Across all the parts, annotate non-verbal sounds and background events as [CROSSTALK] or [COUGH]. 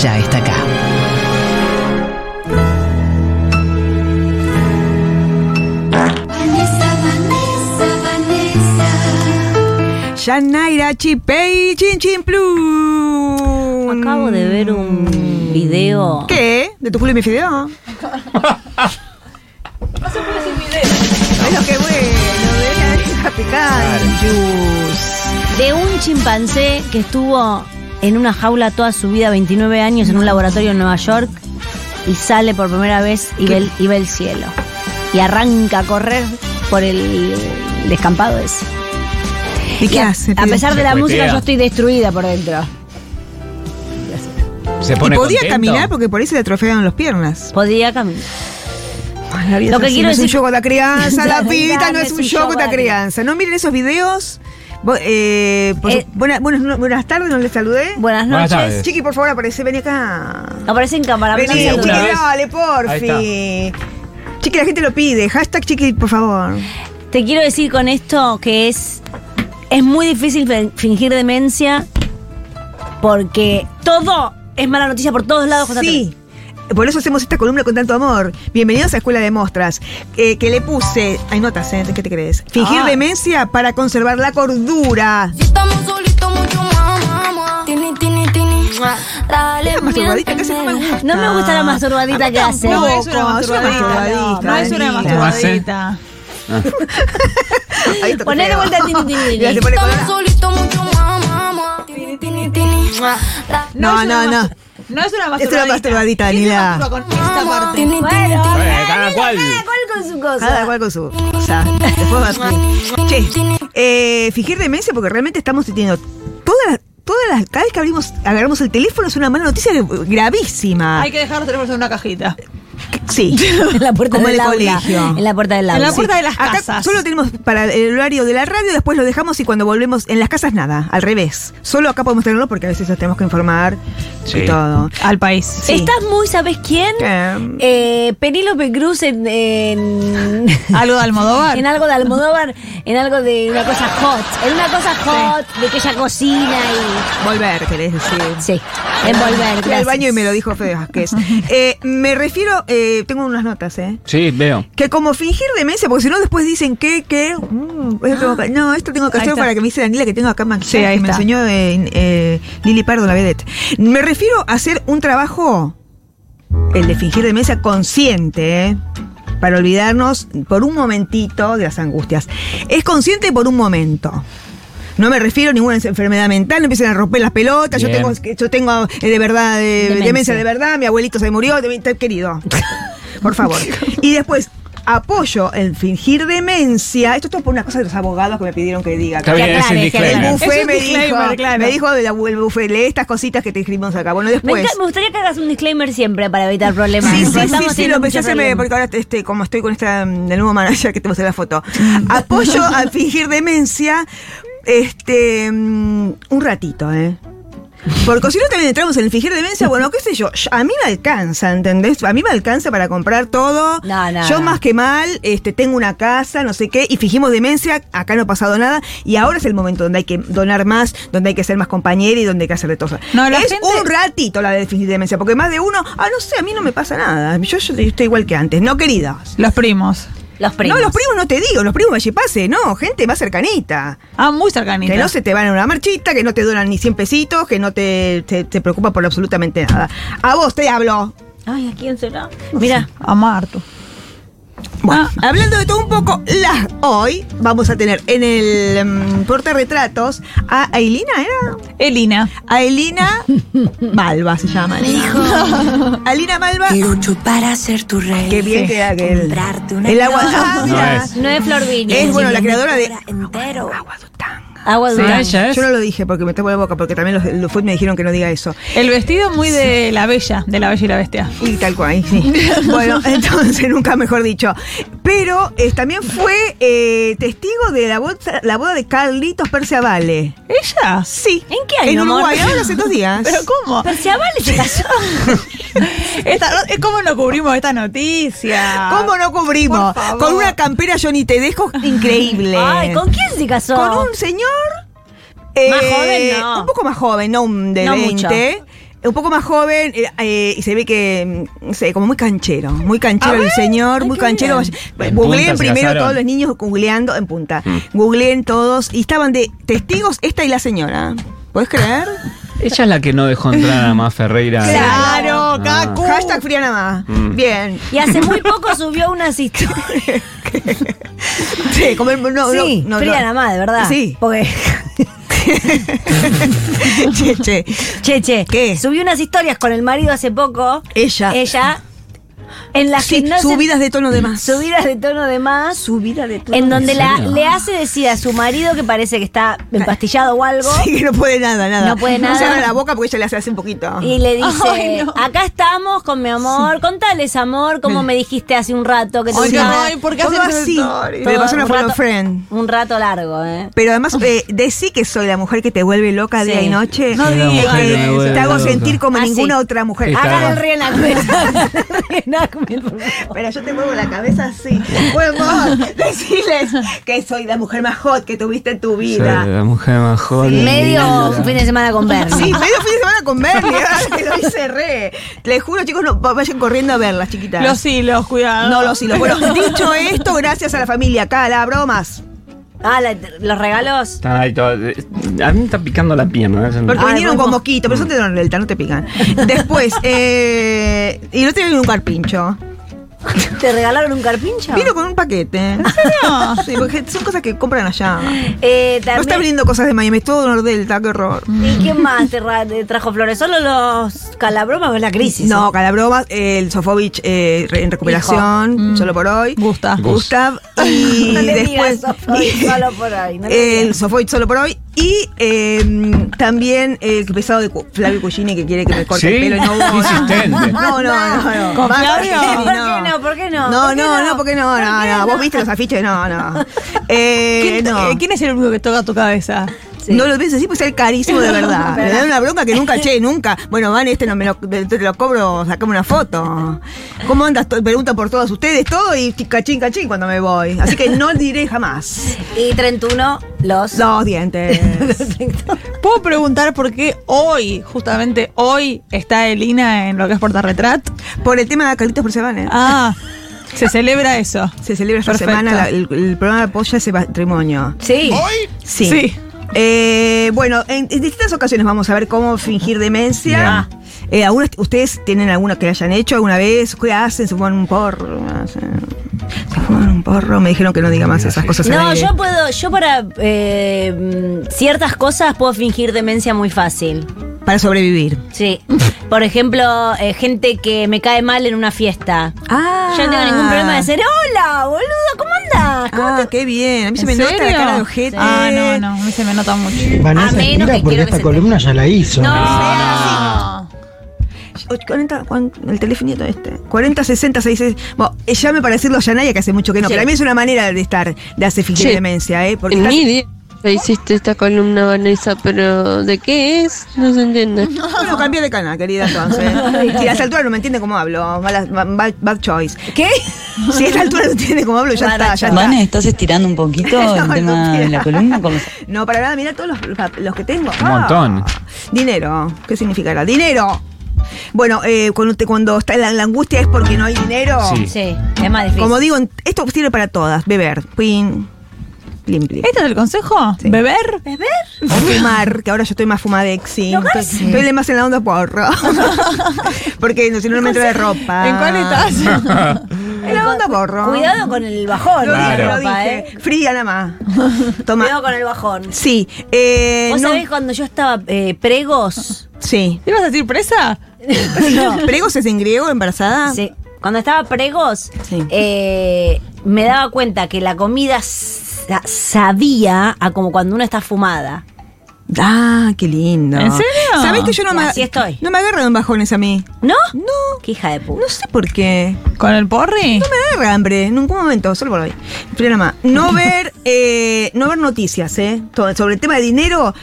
ya está acá. Vanessa, Vanessa, Vanessa. Shanaira Chipei Chin Chin Plum. Acabo de ver un video. Mm. ¿Qué? ¿De tu culo y mi [LAUGHS] fideo? Bueno, qué bueno. Debería haber hija picante. De un chimpancé que estuvo en una jaula toda su vida, 29 años, en un laboratorio en Nueva York, y sale por primera vez y, ve el, y ve el cielo. Y arranca a correr por el descampado ese. ¿Y Y qué a- hace? A pibe? pesar de la Cuetea. música, yo estoy destruida por dentro. Se Y pone podía contento. caminar porque por ahí se le atrofiaban las piernas. Podía caminar. Lo que quiero no es un decir- juego de crianza, [LAUGHS] la pita no es un juego de la- crianza. No miren esos videos. Bo- eh, por- Eh. buena- buenas, no- buenas tardes, no les saludé. Buenas Buenas noches. tardes. Chiqui, por favor, aparece, vení acá. Aparece en cámara. Vení, me saluda. chiqui, vez. dale, porfi. Ahí Chiqui, la gente lo pide. Hashtag chiqui, por favor. Te quiero decir con esto que es. Es muy difícil fe- fingir demencia porque todo es mala noticia por todos lados. José Sí. Por eso hacemos esta columna con tanto amor. Bienvenidos a Escuela de Mostras. Eh, que le puse. Hay notas, ¿eh? ¿Qué te crees? Fingir Ah. demencia para conservar la cordura. Si estamos solitos, mucho más, más, más. Tini, tini, tini. Dale, La masturbadita casi no me miénteme. gusta. No me gusta la masturbadita A mí que hace. tampoco, No, es una masturbadita. No, es una Daniela. masturbadita. Ahí está tu Poné de feo. vuelta el tin, tin, tin, Mira, se tin. pone Estamos colorada. solitos, mucho más, más, más. Tini, tini, tini. Dale, No, es no, una no. mas- No es una Es masturbadita. una masturbadita, ¿Quién se Daniela. masturba con esta parte? tini, tini, Bueno, Eh, cada cual. con su cosa. Cada cual con su cosa. Después Martín. Che, eh, fingir demencia porque realmente estamos teniendo todas las, todas las, cada vez que abrimos, agarramos el teléfono es una mala noticia gravísima. Hay que dejar los teléfonos en una cajita. Sí. [LAUGHS] [LAUGHS] En la puerta Como del en el aula. colegio. En la puerta del aula. En la puerta de las Acá casas. solo tenemos para el horario de la radio, después lo dejamos y cuando volvemos en las casas nada, al revés. Solo acá podemos tenerlo porque a veces nos tenemos que informar y Sí. todo. Al país. Sí. Estás muy, ¿sabes quién? ¿Qué? Eh, Penélope Cruz [LAUGHS] en, en, Algo de Almodóvar. en algo de Almodóvar, en algo de una cosa hot. En una cosa hot, de que ella cocina y. Volver, querés decir. Sí, envolver. Fui al gracias. baño y me lo dijo Fede Vázquez. Eh, me refiero, eh, tengo unas notas, ¿eh? Sí, veo. Que como fingir demencia, porque si no después dicen que, que, mm, esto tengo que- no, esto tengo que Ah, Ahí hacer está. para que me dice Daniela que tengo acá maquillaje, Sí, ahí que me está. enseñó eh, eh, Lili Pardo, la vedette. Me refiero a hacer un trabajo, el de fingir demencia consciente, ¿eh? para olvidarnos por un momentito de las angustias. Es consciente por un momento. No me refiero a ninguna enfermedad mental, no empiecen a romper las pelotas, yo Bien. tengo, yo tengo eh, de verdad, eh, Demencia. demencia. de verdad, mi abuelito se murió, de mi- te- querido. Por [LAUGHS] favor. Y después, apoyo el fingir demencia. Esto es todo por una cosa de los abogados que me pidieron que diga. Está bien, es el aclare, que aclare. disclaimer. El Es buffet un me dijo, disclaimer, claro. me dijo del abu- el buffet, lee estas cositas que te escribimos acá. Bueno, Me, después. encanta- me gustaría que hagas un disclaimer siempre para evitar problemas. Sí, sí, porque sí, estamos sí, teniendo lo muchos empecé a hacerme, problemas. porque ahora este, como estoy con esta mm, del nuevo manager que te puse la [LAUGHS] foto. Apoyo a fingir demencia este mm, un ratito, ¿eh? Porque si no también entramos en el fingir demencia, bueno, qué sé yo, yo- a mí me alcanza, ¿entendés? A mí me alcanza para comprar todo. No, no, yo no. más que mal, este, tengo una casa, no sé qué, y fingimos demencia, acá no ha pasado nada, y ahora es el momento donde hay que donar más, donde hay que ser más compañera y donde hay que hacer de todo. No, la es gente- un ratito la de fingir demencia, porque más de uno, ah, no sé, a mí no me pasa nada. Yo, yo estoy igual que antes, no queridas. Los primos. Los primos. No, los primos no te digo, los primos me pase, no, gente más cercanita. Ah, muy cercanita. Que no se te van en una marchita, que no te duran ni 100 pesitos, que no te, te, te preocupa por absolutamente nada. A vos te hablo. Ay, ¿a quién será? Mira, A Marto. Bueno, Ah, hablando de todo un poco, la, hoy vamos a tener en el mm, portarretratos a Ailina, [LAUGHS] ¿era? Elina. Ailina Malva se llama. Ailina Malva. Quiero chupar a ser tu rey. Qué bien que era que el, Comprarte una el agua. Ah, No mira. es. no es Ah, Flor Vigna. Es bueno, la creadora de entero. Aguadutanga. Agua Sí, Durán. ella es. Yo no lo dije porque me tapo la boca, porque también los, los food me dijeron que no diga eso. El vestido muy de la bella, de la bella y la bestia. Y tal cual, ahí sí. bueno, entonces nunca mejor dicho. Pero eh, también fue eh, testigo de la, boda- la boda de Carlitos Perciavale. ¿Ella? Sí. ¿En qué año, En amor? Uruguay, ahora hace dos días. [LAUGHS] ¿Pero cómo? Perciabale se casó. Esta no- ¿Cómo no cubrimos esta noticia? ¿Cómo no cubrimos? Por favor. Con una campera Johnny Te dejo [LAUGHS] increíble. Ay, ¿con quién se casó? Con un señor. eh, Más joven, no. Un poco más joven, no un de No 20. Un poco más joven, eh, eh, y se ve que, mm, no sé, como muy canchero. Muy canchero el señor, muy canchero. En Googleen punta se primero casaron. Mm. todos los niños googleando en punta. Googleen todos. Y estaban de testigos esta y la señora. ¿Puedes creer? Ah. Ella es la que no dejó entrar a más Ferreira. Claro, Ah. Cacu. Hashtag Friana más. Mm. Bien. Y hace muy poco subió una historia. Sí, como el- no, [LAUGHS] no, sí, no, no. fría nada más, de verdad. Sí. Porque, [LAUGHS] [LAUGHS] che, che. che, che. ¿Qué? Subió unas historias con el marido hace poco. Ella. Ella. En las Sí, que no se- subidas de tono de más. Subidas de tono de más. Subida de tono. En donde ¿En la, serio? le hace decir a su marido que parece que está empastillado o algo. [LAUGHS] Sí, que no puede nada, nada. [LAUGHS] No puede nada. Cierra la boca porque ella le hace así un poquito. Y le [LAUGHS] dice, Ay, no. acá estamos con mi amor, contales amor, como me dijiste hace un rato que te Ay, gustaba". ay, ¿por qué Todo haces así. eso? Pero pasó una un follow rato- friend. Un rato largo, ¿eh? Pero [LAUGHS] además, eh, decí que soy la mujer que te vuelve loca Sí. día y noche. No Eh, digas. que La mujer que me te vuelve hago loca. sentir como Ah, sí. ninguna otra mujer. Está. Hagan el [LAUGHS] reenactment. Hagan el reenactment, por favor. Pero yo te muevo la cabeza así. Bueno, [LAUGHS] decirles que soy la mujer más hot que tuviste en tu Soy vida. la mujer más joven. Medio fin de semana con Bernie. Sí, medio fin de semana con Bernie, ahora [LAUGHS] que lo hice re. Les juro, chicos, no, vayan corriendo a verlas, chiquitas. Los hilos, cuidado. No los hilos. [LAUGHS] Bueno, dicho esto, gracias a la familia Calabromas. Ah, la- los regalos. Están ahí todas- A mí me está picando la pierna. ¿eh? Porque Ay, Mm. vinieron bueno. con mosquito, pero son de Don Delta, no te pican. [LAUGHS] Después, eh, y no tienen un carpincho. ¿Te regalaron un carpincho? Vino con un paquete. [LAUGHS] Sí, porque son cosas que compran allá. Eh, No está también- viniendo cosas de Miami, es todo Nordelta, qué horror. ¿Y quién más te, ra- te trajo flores? ¿Solo los calabromas o es la crisis? No, Calabromas, eh, el Sofovich eh, re- en recuperación, solo por hoy. Gusta. Gustav. Y Mm. [LAUGHS] no le después. digas, [LAUGHS] Sofi, solo por ahí. no le El digas. Sofovich solo por hoy. Y eh, también el pesado de Cu- Flavio Cugini que quiere que me corte ¿Sí? el pelo. y No, hubo, Insistente. no, no, no. no. ¿Con Va, Flavio? Cugini, ¿Por qué no? ¿Por qué no? No, ¿Por qué no, no? no, ¿por qué no? ¿Por No, qué no. no? ¿Vos viste los afiches? No, [LAUGHS] no. Eh, ¿Quién, no. eh, quién es el único que toca tu cabeza? Sí. No lo ves así, pues es [LAUGHS] carísimo de verdad. Me dan una bronca que nunca, che, nunca. Bueno, van, este no me lo, te te lo cobro, sacame una foto. ¿Cómo andas? To- Pregunta por todos ustedes, todo y cachín, cachín cuando me voy. Así que no diré jamás. Y 31, los. Los dientes. ¿Puedo preguntar por qué hoy, justamente hoy, está Elina en lo que es portarretrat? Por el tema de Carlitos por semana. Ah, se celebra eso. Se celebra esta Perfecto. semana la- el, el programa de apoyo a ese matrimonio. Sí. Sí. Sí. Eh, bueno, en, en distintas ocasiones vamos a ver cómo fingir demencia. Eh, algunas- ¿Ustedes tienen alguna que hayan hecho alguna vez? ¿Qué hacen? ¿Se fuman un porro? ¿Hacen- ¿Se fuman un porro? Me dijeron que no diga más esas cosas. al No, aire. yo puedo, yo para eh, mm, ciertas cosas puedo fingir demencia muy fácil. Para sobrevivir. Sí. Por ejemplo, eh, gente que me cae mal en una fiesta. Ah. Yo no tengo ningún problema de decir, hola, boludo, ¿cómo andás? ¿Cómo Ah, qué bien. A mí se me ¿En nota la serio? cara de ojete. Ah, no, no, a mí se me nota mucho. A menos Vanessa, espera, que porque quiero que esta se- columna ya la hizo. Ah. Och- 40, cuan- el telefonito este. 40, 60, 66. Bueno, eh, llame para decirlo a Yanaya, que hace mucho que no. Pero a mí es una manera de estar, de hacer fingir Sí. demencia, ¿eh? Porque En estás- mi día hiciste esta columna, Vanessa, pero ¿de qué es? No se entiende. Bueno, cambié de canal, querida, entonces. ¿eh? Si a esa altura no me entiende cómo hablo, mala- ma- bad, bad choice. ¿Qué? Si a esa altura no entiende cómo hablo, ya Mala está, ya choice. está. ¿estás estirando un poquito [LAUGHS] No, no, tía. ¿Cómo No, para nada, mirá todos los, los que tengo. Ah, Un montón. Dinero. ¿Qué significará? ¡Dinero! Bueno, eh, cuando, te- cuando está la, la angustia es porque no hay dinero. Sí. Sí, es más difícil. Como digo, en- esto sirve para todas. Beber. Pin. Plim, plim. ¿Este es el consejo? Sí. ¿Beber? O fumar, que ahora yo estoy más fumadexi. Estoy, estoy más en la onda porro. [LAUGHS] Porque no, si no, no me entra de ropa. ¿En cuál estás? [LAUGHS] En la onda porro. Cuidado con el bajón, Lo de dije, la lo ropa, dije. ¿eh? Fría nada más. Cuidado [LAUGHS] Toma. con el bajón. Sí. Eh, ¿Vos no- sabés cuando yo estaba eh, pregos? [LAUGHS] Sí. ¿Ibas a decir presa? ¿Pregos es en griego, embarazada? Sí. Cuando estaba pregos, Ah. Sí. eh, me daba cuenta que la comida s- sa- sabía a como cuando uno está fumada. Ah, qué lindo. ¿En serio? ¿Sabés que yo no Y me, así estoy. no me agarran bajones a mí? ¿No? No, Qué hija de puta. no sé por qué. ¿Con el porri? No me agarra hambre, en ningún momento, solo por hoy. Pero nada más, [LAUGHS] no ver, eh, no ver noticias, ¿eh? To- Sobre el tema de dinero,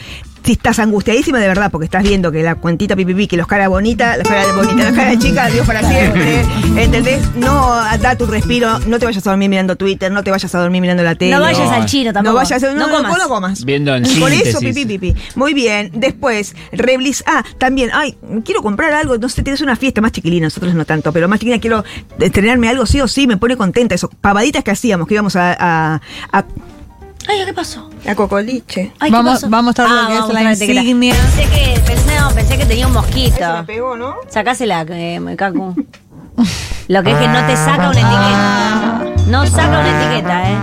si estás angustiadísima de verdad, porque estás viendo que la cuentita pipipi, que los caras bonitas, las caras bonitas, las caras chicas, adiós [LAUGHS] para siempre. ¿Entendés? No da tu respiro, no te vayas a dormir mirando Twitter, no te vayas a dormir mirando la tele. No vayas al chino tampoco. No vayas a no, No no, comas. no comas. Viendo en Por eso, síntesis. pipi, pipi. Muy bien. Después, Reblis. Ah, también. Ay, quiero comprar algo. No sé, tenés una fiesta más chiquilina. Nosotros no tanto, pero más chiquilina quiero estrenarme algo sí o sí. Me pone contenta. Eso, pavaditas que hacíamos, que íbamos a. a, a Ay, ¿qué pasó? a Cocoliche. Ay, ¿qué Vamos, pasó? vamos Ah, a estar lo que vamos es a la traerte que la- insignia. Pensé que, pensé, no, pensé que tenía un mosquito. pegó, ¿no? Sacásela, eh, me caco. Lo que es que no te saca una etiqueta. No saca una etiqueta, ¿eh?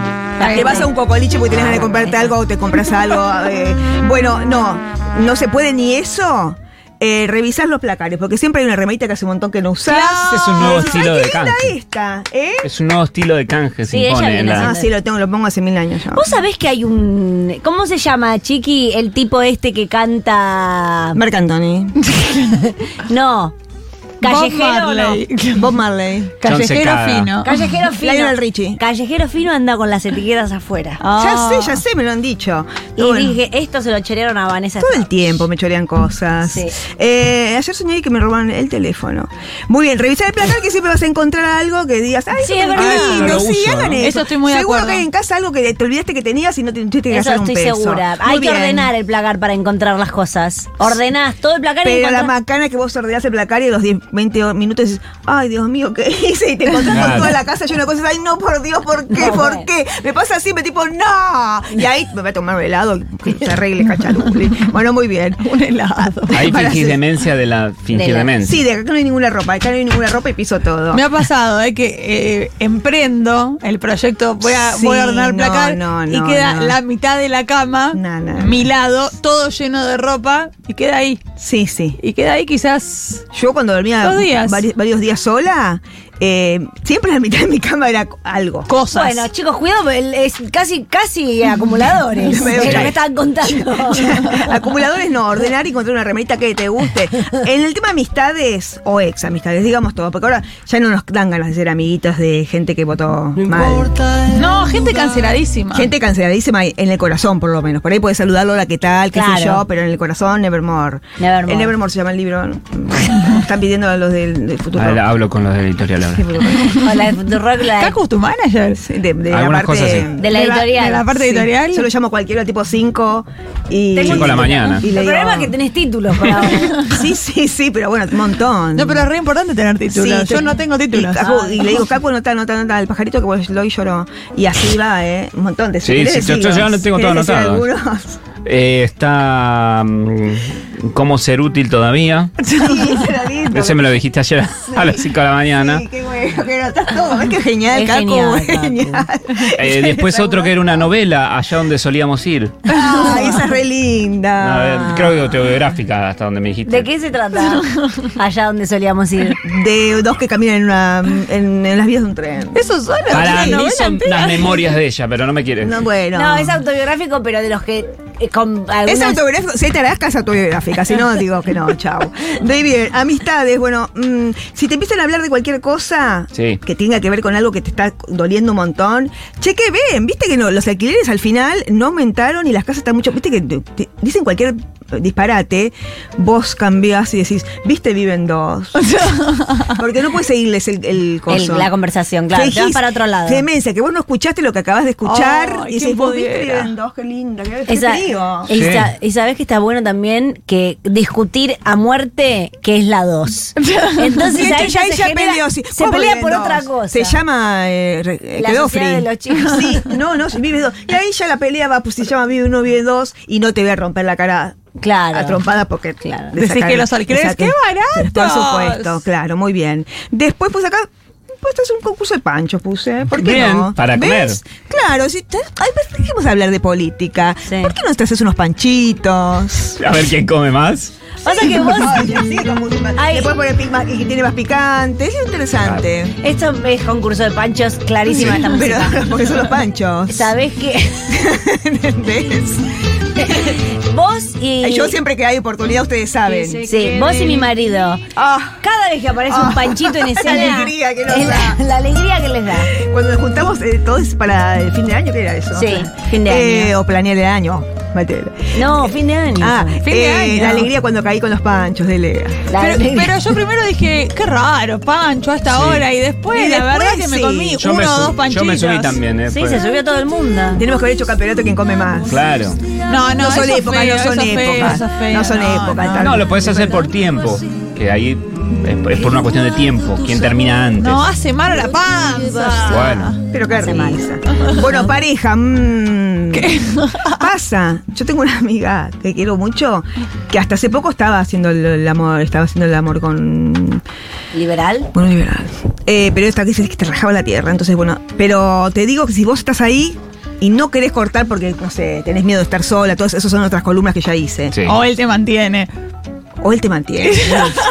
Te La gente- vas a un cocoliche porque tenés ganas de comprarte algo o te compras algo. eh, bueno, no, no se puede ni eso. Eh, revisás los placares, porque siempre hay una remerita que hace un montón que no usás. Ese es un nuevo Y decís, "Ay, estilo qué de linda canje". esta, ¿eh? Es un nuevo estilo de canje, Sí, se ella impone. viene en la- Ah, sí, lo tengo, lo pongo hace mil años ya. Vos sabés que hay un. ¿Cómo se llama, Chiqui? El tipo este que canta. Marc [LAUGHS] Anthony. No. Callejero. No. Bob Marley. Bob Marley. Callejero Secada. fino. Callejero fino. Lionel Richie. Callejero fino anda con las etiquetas [LAUGHS] afuera. Ah. Ya sé, ya sé, me lo han dicho. Y Bueno, dije, esto se lo chorearon a Vanessa. Todo el tiempo me chorean cosas. Sí. Eh, ayer soñé que me robaron el teléfono. Muy bien, revisar el placar que siempre vas a encontrar algo que digas, ay, Sí, qué es verdad. Ah, lindo, No lo sí, uso, hagan ¿no? eso. Eso estoy muy de Seguro acuerdo. que hay en casa algo que te olvidaste que tenías y no te tuviste que Eso gastar un estoy peso. segura. Muy Hay que bien. ordenar el placar para encontrar las cosas. Ordenás todo el placar y Pero la encontrás- macana que vos ordenás el placar y a los 10, 20 minutos dices, ay Dios mío, ¿qué hice? Y te encontrás con Claro. toda la casa llena de cosas, ay no, por Dios, ¿por qué? No, ¿Por bueno. qué? Me pasa siempre tipo, no. Y ahí me voy a tomar un helado, que se arregle cacharule. Bueno, muy bien. Un helado. [LAUGHS] Ahí fingís demencia de la fingir De la- demencia. Sí, de acá no hay ninguna ropa, acá no hay ninguna ropa y piso todo. Me ha pasado eh, que eh, emprendo el proyecto, voy a, Sí, voy a ordenar no, placar no, y no, queda no. la mitad de la cama, No, no, no. mi lado, todo lleno de ropa y queda ahí. Sí, sí. Y queda ahí quizás... Yo cuando dormía Dos días. vari- varios días sola, eh, siempre la mitad de mi cama era algo. Cosas. Bueno, chicos, cuidado, el- es casi, [LAUGHS] casi acumuladores. Me es lo duele. que estaban contando. [LAUGHS] Acumuladores no, ordenar y encontrar una remerita que te guste. En el tema amistades o ex amistades, digamos todo, porque ahora ya no nos dan ganas de ser amiguitos de gente que votó mal. no, gente canceladísima. Gente canceladísima en el corazón, por lo menos. Por ahí puedes saludarlo, hola, ¿qué tal? ¿Qué Claro. sé yo? Pero en el corazón, Nevermore. Nevermore. El Nevermore se llama el libro. ¿no? Están pidiendo a los del, del futuro. A ver, hablo con los del editorial ahora. Con la de Futurock, la de- ¿Cacu es tu manager? Sí, de, de la Algunas parte, cosas sí. De la editorial. De la parte Sí. editorial. Yo lo llamo cualquiera, tipo 5 y. Tengo Cinco de la mañana. Y le digo- el problema es que tenés títulos [LAUGHS] para ahora. Sí, sí, sí, pero bueno, un montón. No, pero es re importante tener títulos. Sí, Yo te- no tengo Y, títulos. Cacu- y le digo, Cacu, anota, anota, anota el pajarito que vos lo y lloró. Y así va, ¿eh? Un montón de Sí, ¿querés sí, yo- yo decirlos? ya no tengo todo ¿Querés decir anotado. [LAUGHS] algunos? Eh, está mm, cómo ser útil todavía. Sí, ese era lindo. Ese me lo dijiste ayer [LAUGHS] a las 5 de la mañana. Sí, qué bueno, que anotás todo. ¿Ves qué genial, Es Cacu? genial, Cacu. genial. Eh, [LAUGHS] después otro que era una novela, allá donde solíamos ir. Ay, esa es re A ver, linda. creo que autobiográfica hasta donde me dijiste. ¿De qué [LAUGHS] se trata? Allá donde solíamos ir. De dos que caminan en, una- en- en las vías de un tren. Eso suena Para una mí novela son entera. las memorias de ella, pero no me quiere. No, bueno. No, es autobiográfico, pero de los que. eh, con Es algunas- autobiográfico, si te Tarasca es autobiográfica, si [LAUGHS] no digo que no, chau. Muy bien, amistades, bueno, mm, si te empiezan a hablar de cualquier cosa Sí. que tenga que ver con algo que te está doliendo un montón, che, que ven, viste que no, los alquileres al final no aumentaron y las casas están mucho, viste que te- te dicen cualquier disparate, vos cambiás y decís, viste, viven dos. [LAUGHS] Porque no puedes seguirles el, el coso. El- la conversación, claro, te vas Fingís para otro lado. Demencia, que vos no escuchaste lo que acabas de escuchar Ay, y decís, ¿quién vos viste, pudiera? viven dos, qué linda, qué, qué Esa- te digo. y, Sí. sa- y sabés que está bueno también que discutir a muerte, que es [LAUGHS] la 2. Entonces De hecho, ahí ya se, genera- este peleó, sí. se ¿Cómo pelea viven por dos? otra cosa. Se llama eh, re- eh, La quedó sociedad free. de los [LAUGHS] chicos. Sí, no, no, si vive dos. Y ahí ya la pelea va, pues si llama vive uno, vive dos, y no te voy a romper la cara Claro. a trompadas porque Claro. de Decís sacar- que los alquileres, de sacar- ¡qué baratos! Por supuesto, claro, muy bien. Después, pues acá Pues es un concurso de pancho, puse. ¿Por qué Bien, no? para comer. ¿Ves? Claro, si te- ay, pues dejemos de hablar de política. Sí. ¿Por qué no te haces unos panchitos? [LAUGHS] A ver quién come más. Pasa que vos. [LAUGHS] Ay, sí, como- Ay. Le puedes poner pic- más- y que tiene más picante. Es interesante. Esto es concurso de panchos, clarísima esta [LAUGHS] Pero música. porque son los panchos. Sabés que [LAUGHS] [LAUGHS] ¿Entendés? vos y. Yo siempre que hay oportunidad, ustedes saben. Sí, vos y mi marido. Ah, Cada vez que aparece un Ah. panchito [LAUGHS] en La escena. alegría que nos es la, da. la alegría que les da. cuando nos juntamos eh, todos para el fin de año, ¿qué era eso? Sí, fin de Eh, año. o planear el año. Mateo. No, fin de año. Ah, Fin de eh, año. la alegría cuando caí con los panchos de Lea. La Pero, alegría. pero yo primero dije, qué raro, Pancho, hasta ahora. Y después, Y la después verdad que me sí. comí Yo, uno me, o dos su- panchitos. yo me subí también, ¿eh? sí, Fue- se subió todo el mundo. Tenemos que haber hecho campeonato quien come más. Claro. No, no, No son eso épocas, feo, no son eso feo, épocas. eso feo, No son épocas, tal- No, lo podés hacer por tiempo. Que ahí es- es por una cuestión de tiempo. ¿Quién termina antes? No, hace mal a la panza. Bueno. Pero qué risa. Bueno, pareja. mm. Pasa. Yo tengo una amiga que quiero mucho, que hasta hace poco estaba haciendo el, el amor, estaba haciendo el amor con Liberal. Bueno, liberal. Eh, pero esta que dice que te rajaba la tierra, entonces bueno. Pero te digo que si vos estás ahí y no querés cortar porque, no sé, tenés miedo de estar sola, todas esas son otras columnas que ya hice. Sí. O él te mantiene. O él te mantiene.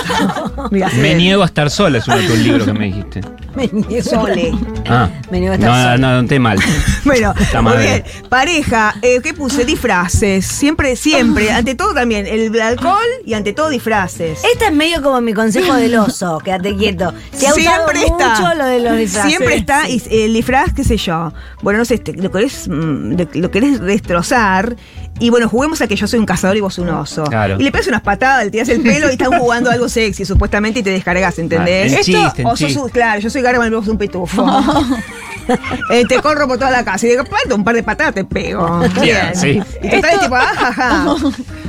[LAUGHS] Mira, Me niego a estar sola, es uno de tus libros que me dijiste. Me niego. Sole. Ah. Me niego a estar No, sola. no, no, te mal. [LAUGHS] Bueno, La muy madre. bien. Pareja, eh, ¿qué puse? Disfraces. Siempre, [LAUGHS] siempre. Ante todo también, el alcohol y ante todo disfraces. Este es medio como mi consejo [LAUGHS] del oso, quédate quieto. Se ha usado mucho lo de los disfraces. Siempre está y, eh, el disfraz, qué sé yo. Bueno, no sé, te- lo querés, mm, de- lo querés destrozar. Y bueno, juguemos a que yo soy un cazador y vos un oso. Claro. Y le pegas unas patadas, le tiras el pelo y [LAUGHS] están jugando algo sexy, supuestamente, y te descargas, ¿entendés? Ah, el chiste, el o sos chiste. un- claro, yo soy Garman y vos un [LAUGHS] pitufo. [LAUGHS] Eh, te corro por toda la casa y de repente un par de patadas te pego. Bien, sí. Y total es tipo, ah, ja, ja.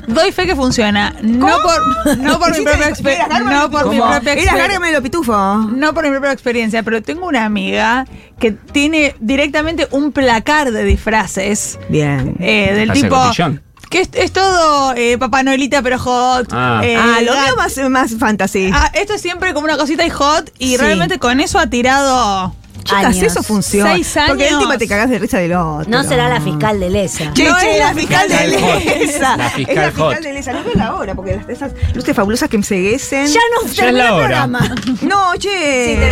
Doy fe que funciona. No por, [LAUGHS] no por mi [LAUGHS] propia experiencia. No por mi propia Era experiencia. Garman y los pitufos. No por mi propia experiencia, pero tengo una amiga que tiene directamente un placar de disfraces Bien. eh, del Hace tipo. cotillón. Que es, es todo eh, Papá Noelita, pero hot. Ah. eh, ah, lo gat- veo más, más fantasy. Ah, esto es siempre como una cosita y hot, y Sí. realmente con eso ha tirado. Chicas, Años. eso funciona. Seis Porque años. encima te cagás de risa del otro. No será la fiscal de Lesa. Che, No che, es la la fiscal de fiscal hot. Lesa. La es la fiscal fiscal hot. de Lesa. No veo la hora, porque las- esas luces fabulosas que enseguecen. Ya no Ya es terminó la el hora. programa. No, che.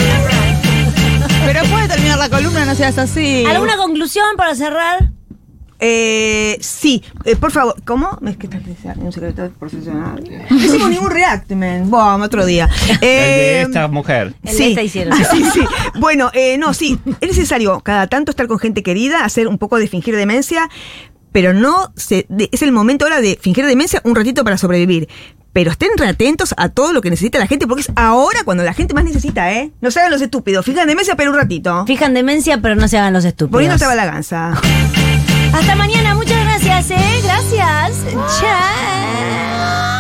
Pero puede terminar la columna, no seas así. ¿Alguna conclusión para cerrar? Eh, sí, eh, por favor, ¿cómo? Es que estás en un secreto [LAUGHS] profesional. No hicimos ningún react, man. Bueno, otro día. El de Eh, esta mujer. El de esta hicieron. Ah, sí, sí. Bueno, eh, no, sí. Es necesario cada tanto estar con gente querida, hacer un poco de fingir demencia, pero no se, de- es el momento ahora de fingir demencia un ratito para sobrevivir. Pero estén re atentos a todo lo que necesita la gente, porque es ahora cuando la gente más necesita, ¿eh? No se hagan los estúpidos. Fijan demencia, pero un ratito. Fijan demencia, pero no se hagan los estúpidos. Poniéndote a la ganza. Hasta mañana, muchas gracias, ¿eh? Gracias. Ah. Chao.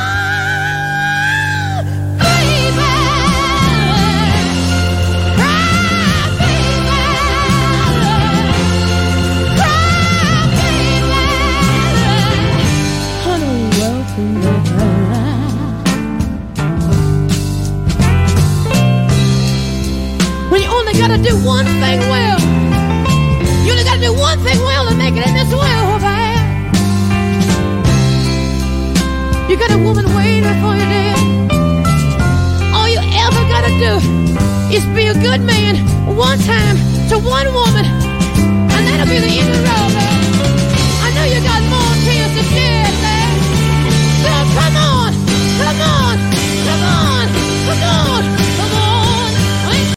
When you only gotta do one thing well, you only gotta do one thing well to make it in this world, man. You got a woman waiting for you there. All you ever gotta do is be a good man one time to one woman